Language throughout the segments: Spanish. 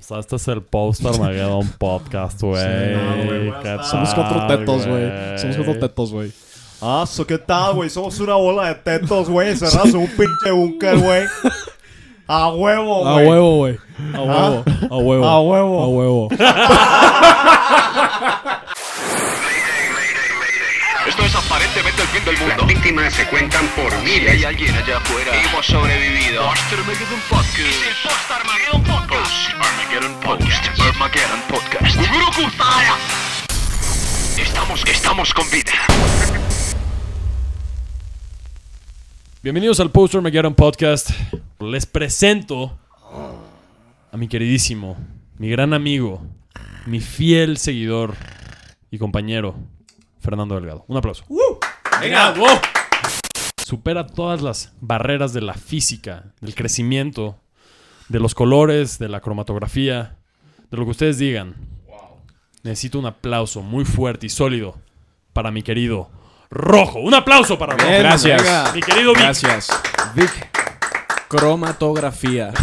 sea, este es el Post Armageddon Podcast, güey. no, güey, buenas ¿Qué tal, tardes. Somos Somos cuatro tetos, güey. Somos cuatro tetos, güey. Ah, so, ¿qué tal, güey? Somos una bola de tetos, güey, encerrados en un pinche búnker, güey. A huevo, A güey. huevo, güey. A huevo. A huevo. A huevo. A huevo. Esto es aparentemente el fin del mundo. Las víctimas se cuentan por miles. hay alguien allá afuera. Hemos sobrevivido. Post Armageddon Podcast. Es el Post Armageddon Podcast. Post Armageddon Podcast. Post Armageddon Podcast. ¡Uruku Zaya! Estamos, estamos con vida. Bienvenidos al Post Armageddon Podcast. Les presento a mi queridísimo, mi gran amigo, mi fiel seguidor y compañero, Fernando Delgado. Un aplauso. Venga, supera todas las barreras de la física, del crecimiento, de los colores, de la cromatografía, de lo que ustedes digan. Necesito un aplauso muy fuerte y sólido para mi querido Rojo. Un aplauso para Rojo. Bien, Gracias. venga. Mi querido Vic. Gracias. Vic. Cromatografía.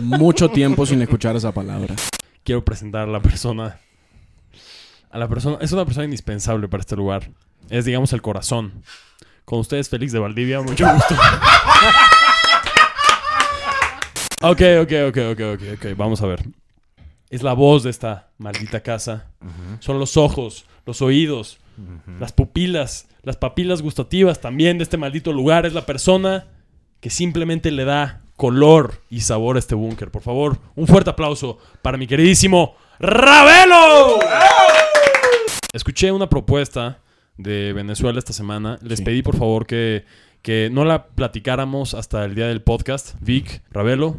Mucho tiempo sin escuchar esa palabra. Quiero presentar a la persona. A la persona. Es una persona indispensable para este lugar. Es, digamos, el corazón. Con ustedes, Félix de Valdivia. Mucho gusto. Ok, ok, ok, ok, ok, ok. Vamos a ver. Es la voz de esta maldita casa. Son los ojos, los oídos, las pupilas, las papilas gustativas también de este maldito lugar. Es la persona que simplemente le da color y sabor a este búnker. Por favor, un fuerte aplauso para mi queridísimo Ravelo. Escuché una propuesta de Venezuela esta semana. Les pedí por favor que, que no la platicáramos hasta el día del podcast. Vic, Ravelo,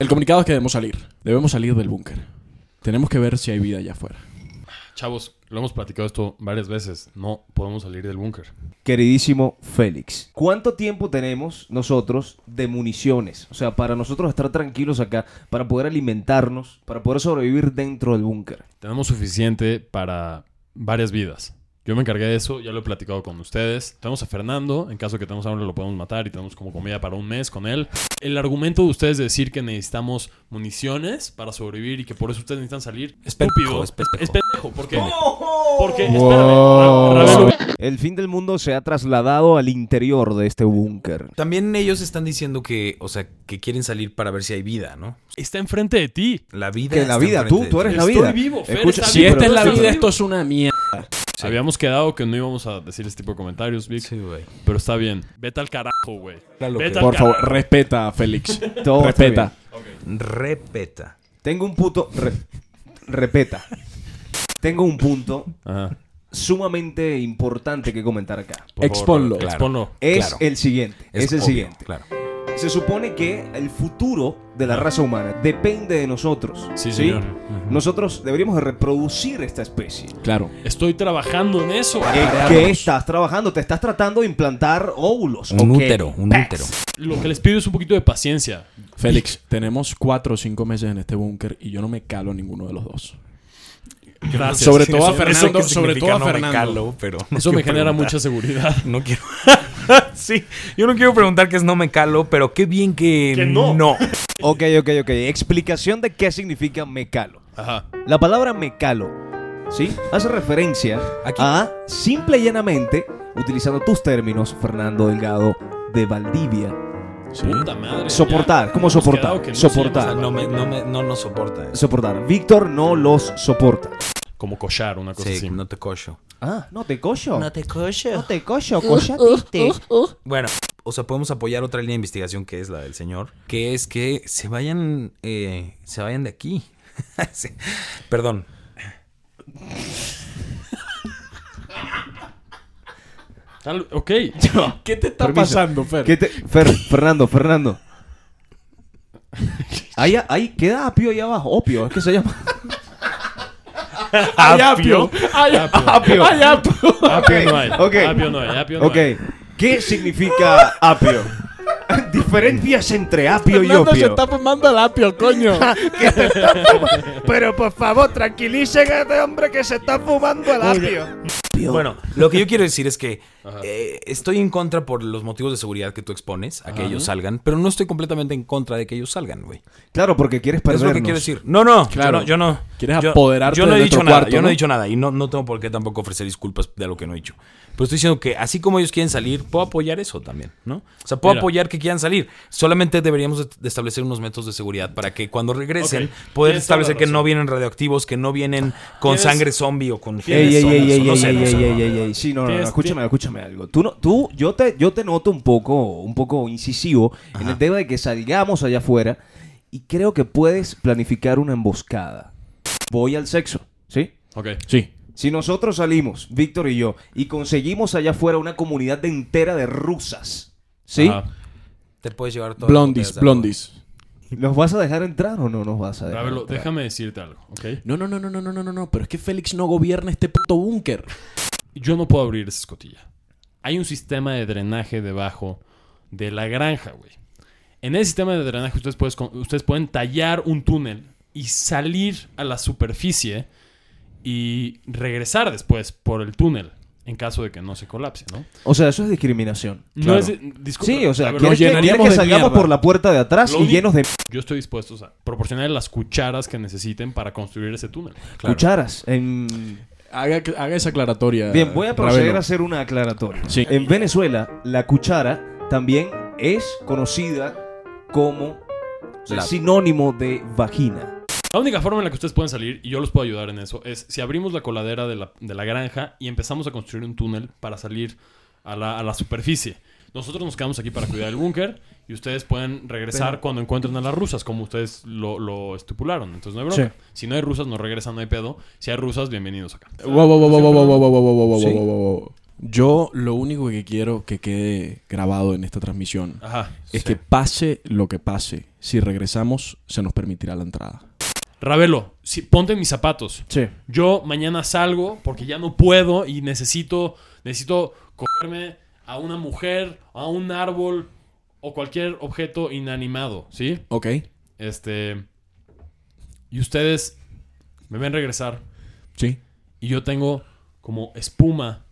El comunicado es que debemos salir. Debemos salir del búnker. Tenemos que ver si hay vida allá afuera. Chavos, lo hemos platicado esto varias veces. No podemos salir del búnker. Queridísimo Félix, ¿cuánto tiempo tenemos nosotros de municiones? O sea, para nosotros estar tranquilos acá, para poder alimentarnos, para poder sobrevivir dentro del búnker. Tenemos suficiente para varias vidas. Yo me encargué de eso, ya lo he platicado con ustedes. Tenemos a Fernando, en caso que tengamos hambre lo podemos matar y tenemos como comida para un mes con él. El argumento de ustedes de decir que necesitamos municiones para sobrevivir y que por eso ustedes necesitan salir, estúpido. Es pendejo. porque... Porque, espérame, Ra- Ravelo, El fin del mundo se ha trasladado al interior de este búnker. También ellos están diciendo que, o sea, que quieren salir para ver si hay vida, ¿no? está enfrente de ti. La vida. Que la está vida, enfrente tú, de tú ti. eres la Estoy vida. vivo, Fer, Escucha, está Si Sí, esta pero es la no vida, estás esto es una mierda. Habíamos quedado que no íbamos a decir este tipo de comentarios, Vic. Sí, güey. Pero está bien. Vete al carajo, güey. Claro que- Vete al Por favor, carajo. respeta a Félix. Todo está Respeta. Repeta. Tengo un puto... re- repeta. Tengo un punto Ajá. sumamente importante que comentar acá. Por favor, Exponlo. Roberto, Exponlo. Es Claro. el siguiente. Es, el obvio, siguiente. Claro. Se supone que el futuro de la raza humana depende de nosotros. Sí, señor. Nosotros deberíamos de reproducir esta especie. Claro. Estoy trabajando en eso. ¿En Ah, qué estás trabajando? Te estás tratando de implantar óvulos. Un ¿ok? útero, un Pets. útero. Lo que les pido es un poquito de paciencia. Félix, tenemos cuatro o cinco meses en este búnker y yo no me calo ninguno de los dos. Gracias. Sobre Sí, todo a eso- Fernando, Eso, sobre todo a no me Fernando. calo, pero. no eso me quiero genera preguntar. mucha seguridad. No quiero. sí, yo no quiero preguntar qué es no me calo, pero qué bien que. Que no. Ok, ok, ok. Explicación de qué significa mecalo. Ajá. La palabra mecalo, ¿sí? Hace referencia Aquí. a, simple y llanamente, utilizando tus términos, Fernando Delgado de Valdivia. Sí. Puta madre. Soportar, ya. ¿cómo Hemos soportar? quedado que no Soportar. se Ah, llama- no, me, no, me, no nos soporta. eso. Soportar. Víctor no los soporta. Como cochar, una cosa Sí, así. no te cocho. Ah, no te cocho. te cocho. te cocho, cochatiste. Bueno, o sea, podemos apoyar otra línea de investigación que es la del señor, que es que se vayan, eh, se vayan de aquí. Sí. Perdón. Tal- ok. ¿Qué te está Permiso. pasando, Fer? ¿Qué te- Fer, Fernando, Fernando. Ahí, ahí queda apio ahí abajo. Opio, es que se llama. Hay apio. Hay Apio. apio. Hay apio. Apio no hay. ok. Apio no hay. Apio no Ok. hay. ¿Qué significa apio? Diferencias entre apio y Fernando se opio. está fumando el apio, coño. Pero por favor, tranquilicen a este hombre que se está fumando el apio. estúpido. Bueno, Lo que yo quiero decir es que eh, estoy en contra por los motivos de seguridad que tú expones a que ellos salgan, pero no estoy completamente en contra de que ellos salgan, güey. Claro, porque quieres Es perdernos. lo que quiero decir. No, no, Claro. claro, yo no. Quieres yo- apoderarte Yo no de he nuestro dicho nada, cuarto, yo no ¿no? he dicho nada y no, no tengo por qué tampoco ofrecer disculpas de lo que no he dicho. Pero estoy diciendo que así como ellos quieren salir, puedo apoyar eso también, ¿no? O sea, puedo Mira. apoyar que quieran salir. Solamente deberíamos de- de establecer unos métodos de seguridad para que cuando regresen, Ok. Tienes poder toda la establecer que razón. no vienen radioactivos, que no vienen con Tienes- sangre zombie o con Ey, ey, genes ey, zombies, ey, o no ey, sé, ey, no ey, sé, no ey, ey, ey. Sí, no, no, no, Tienes- escúchame, escúchame algo. Tú, no, tú, yo te, yo te noto un poco, un poco incisivo en el tema de que salgamos allá afuera y creo que puedes planificar una emboscada. Voy al sexo, ¿sí? ok. Sí. Si nosotros salimos, Víctor y yo, y conseguimos allá afuera una comunidad de- entera de rusas, ¿sí? Ajá. Te puedes llevar todo. Blondies, blondies. ¿Nos vas a dejar entrar o no nos vas a A dejar? ver, lo- entrar? déjame decirte algo, ¿ok? No, no, no, no, no, no, no, no, no. Pero es que Félix no gobierna este puto búnker. Yo no puedo abrir esa escotilla. Hay un sistema de drenaje debajo de la granja, güey. En ese sistema de drenaje ustedes, puedes con- ustedes pueden tallar un túnel y salir a la superficie y regresar después por el túnel en caso de que no se colapse, ¿no? O sea, eso es discriminación. No Claro. es... disculpa, Sí, o sea, a ver, nos ¿quieres que, quieres llenaríamos que de salgamos mierda. por la puerta de atrás Lo y único- llenos de Yo estoy dispuesto a proporcionar las cucharas que necesiten para construir ese túnel. cucharas? En... Haga, haga esa aclaratoria. Bien, voy a proceder Eh, Ravelo. a hacer una aclaratoria. Sí. En Venezuela, la cuchara también es conocida como o sea, La- sinónimo de vagina. La única forma en la que ustedes pueden salir, y yo los puedo ayudar en eso, es si abrimos la coladera de la, de la granja y empezamos a construir un túnel para salir a la, a la superficie. Nosotros nos quedamos aquí para cuidar el búnker y ustedes pueden regresar cuando encuentren a las rusas, como ustedes lo, lo estipularon. Entonces no hay bronca. Si no hay rusas, no regresan, no hay pedo. Si hay rusas, bienvenidos acá. Wow, wow, wow, wow, wow, wow, wow, wow, wow, wow, wow, wow, wow. Yo lo único que quiero que quede grabado en esta transmisión Ajá. es que pase lo que pase, si regresamos se nos permitirá la entrada. Ravelo, si, ponte mis zapatos. Sí. Yo mañana salgo porque ya no puedo y necesito, necesito cogerme a una mujer, a un árbol o cualquier objeto inanimado, ¿sí? ¿Ok? Este. Y ustedes me ven regresar Sí. y yo tengo como espuma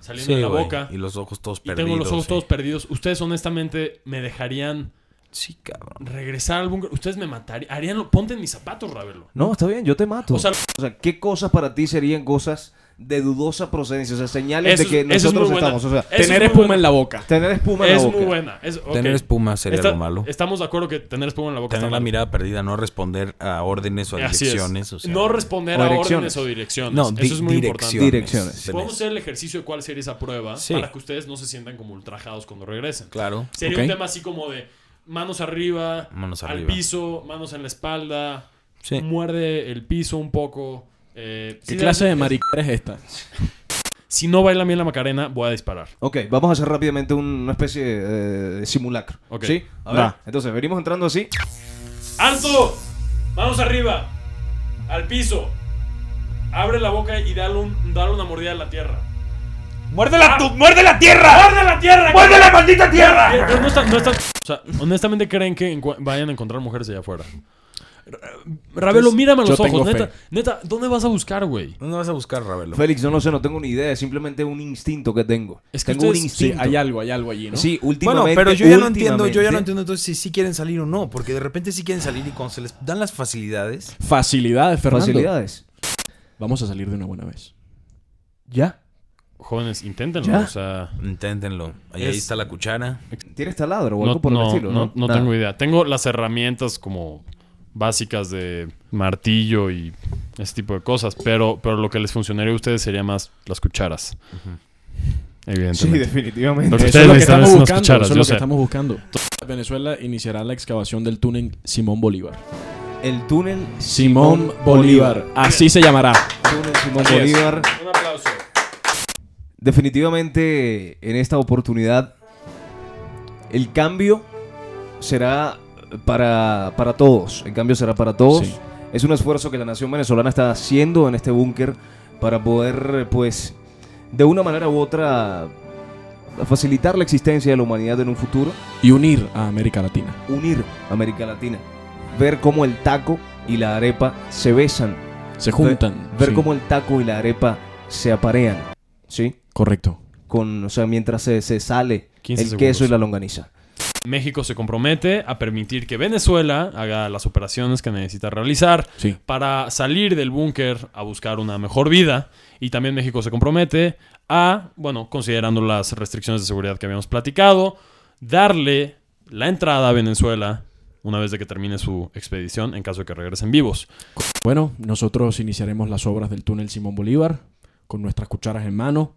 saliendo de la boca Y los ojos todos y perdidos. tengo los ojos sí. todos perdidos. Ustedes honestamente me dejarían Sí, cabrón. regresar al búnker. Ustedes me matarían. Harían lo- ponte en mis zapatos, Ravelo. No, está bien, yo te mato. O sea, O sea, ¿qué cosas para ti serían cosas de dudosa procedencia? O sea, señales Eso de que es- eso es nosotros muy buena. estamos. O sea, Eso Tener es muy espuma bueno. en la boca. tener espuma en la es boca. muy buena. Es- ok. Tener espuma sería Está- lo malo. Estamos de acuerdo que tener espuma en la boca Tener está la mal. mirada perdida, no responder a órdenes o a Así es. direcciones. o sea, no responder o a direcciones. órdenes o direcciones. no, di- Eso es muy direcciones. importante. Direcciones. Podemos hacer el ejercicio de cuál sería esa prueba Sí. para que ustedes no se sientan como ultrajados cuando regresen. Claro. Sería Ok. un tema así como de manos arriba, Manos al arriba. piso, manos en la espalda, Sí. muerde el piso un poco. eh, ¿Qué si- clase de mariquera es esta? Si no baila bien la Macarena, voy a disparar. Ok, vamos a hacer rápidamente un- una especie de, eh, simulacro. Ok. ¿Sí? A ver, Va. entonces venimos entrando así. ¡Alto! Manos arriba, al piso. Abre la boca y dale, un- dale una mordida a la tierra. Ah. ¡Muerde la, ¡Muerde la tierra! ¡Muerde la tierra! ¡Muerde la maldita tierra! Eh, pero no están- no están- o sea, honestamente creen que encu- vayan a encontrar mujeres allá afuera. Ra- Ravelo, mírame a los yo tengo ojos, neta, fe. neta, ¿dónde vas a buscar, güey? ¿Dónde vas a buscar, Ravelo? Félix, yo no sé, no tengo ni idea, es simplemente un instinto que tengo. Es que tengo un ustedes- Sí, instinto. hay algo, hay algo allí, ¿no? Sí, Bueno, últimamente. pero yo ya no entiendo, yo ya no últimamente- entiendo entonces si sí quieren salir o no, porque de repente sí quieren salir y cuando se les dan las facilidades, Facilidades, Fernando. Facilidades. Vamos a salir de una buena vez. Ya. Jóvenes, inténtenlo, Ya. o sea, inténtenlo. Ahí, Es- ahí está la cuchara. ¿Tienes taladro o no, algo por el no- estilo? no- no Nada. tengo idea. Tengo las herramientas como básicas de martillo y ese tipo de cosas, pero, pero lo que les funcionaría a ustedes sería más las cucharas. Sí, Evidentemente. definitivamente. Lo que Eso ustedes es lo que necesitan estamos es unas buscando. cucharas, eso es yo lo que sé. estamos buscando. Venezuela iniciará la excavación del túnel Simón Bolívar. El túnel Simón Bolívar. Así se llamará. Túnel Simón Así es. Bolívar. Un aplauso. Definitivamente, en esta oportunidad, el cambio será para, para todos. El cambio será para todos. Sí. Es un esfuerzo que la nación venezolana está haciendo en este búnker para poder, pues, de una manera u otra, facilitar la existencia de la humanidad en un futuro. Y unir a América Latina. Unir a América Latina. Ver cómo el taco y la arepa se besan Se juntan. Ver sí. cómo el taco y la arepa se aparean. Sí. Correcto. Con, o sea, mientras se, se sale 15 el segundos. queso y la longaniza. México se compromete a permitir que Venezuela haga las operaciones que necesita realizar Sí. para salir del búnker a buscar una mejor vida. Y también México se compromete a, bueno, considerando las restricciones de seguridad que habíamos platicado, darle la entrada a Venezuela una vez de que termine su expedición en caso de que regresen vivos. Bueno, nosotros iniciaremos las obras del túnel Simón Bolívar con nuestras cucharas en mano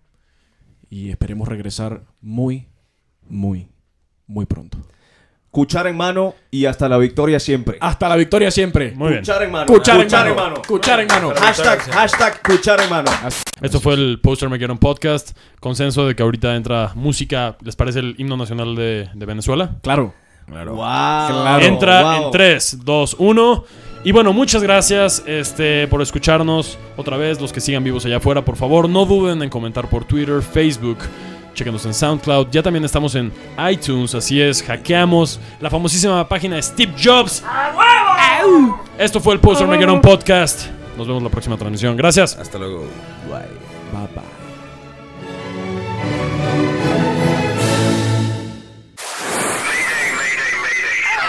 y esperemos regresar muy, muy, muy pronto. Cuchara en mano y hasta la victoria siempre. Hasta la victoria siempre. Muy bien. Cuchara en mano. Ah, Cuchara, en mano. mano. Cuchara en mano. Hashtag, hashtag cuchara en mano. Esto fue el Poster Makeron Podcast. Consenso de que ahorita entra música. ¿Les parece el himno nacional de, de Venezuela? Claro. Wow. Claro. Entra wow. en 3, 2, 1. Y bueno, muchas gracias este, por escucharnos otra vez. Los que sigan vivos allá afuera, por favor, no duden en comentar por Twitter, Facebook. Chequenos en SoundCloud. Ya también estamos en iTunes, así es. Hackeamos la famosísima página Steve Jobs. ¡Au! Esto fue el Poster Makeron Podcast. Nos vemos la próxima transmisión. Gracias. Hasta luego. Bye, bye.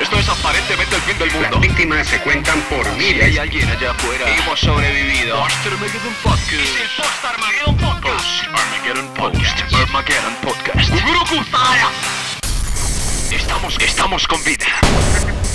Esto es aparentemente el fin del mundo. Las víctimas se cuentan por miles. Hay alguien allá afuera. Hemos sobrevivido. Poster Armageddon Podcast. Es el Post Armageddon Podcast. Armageddon Podcast. Armageddon Podcast. Gurú Kutaya. Estamos, estamos con vida.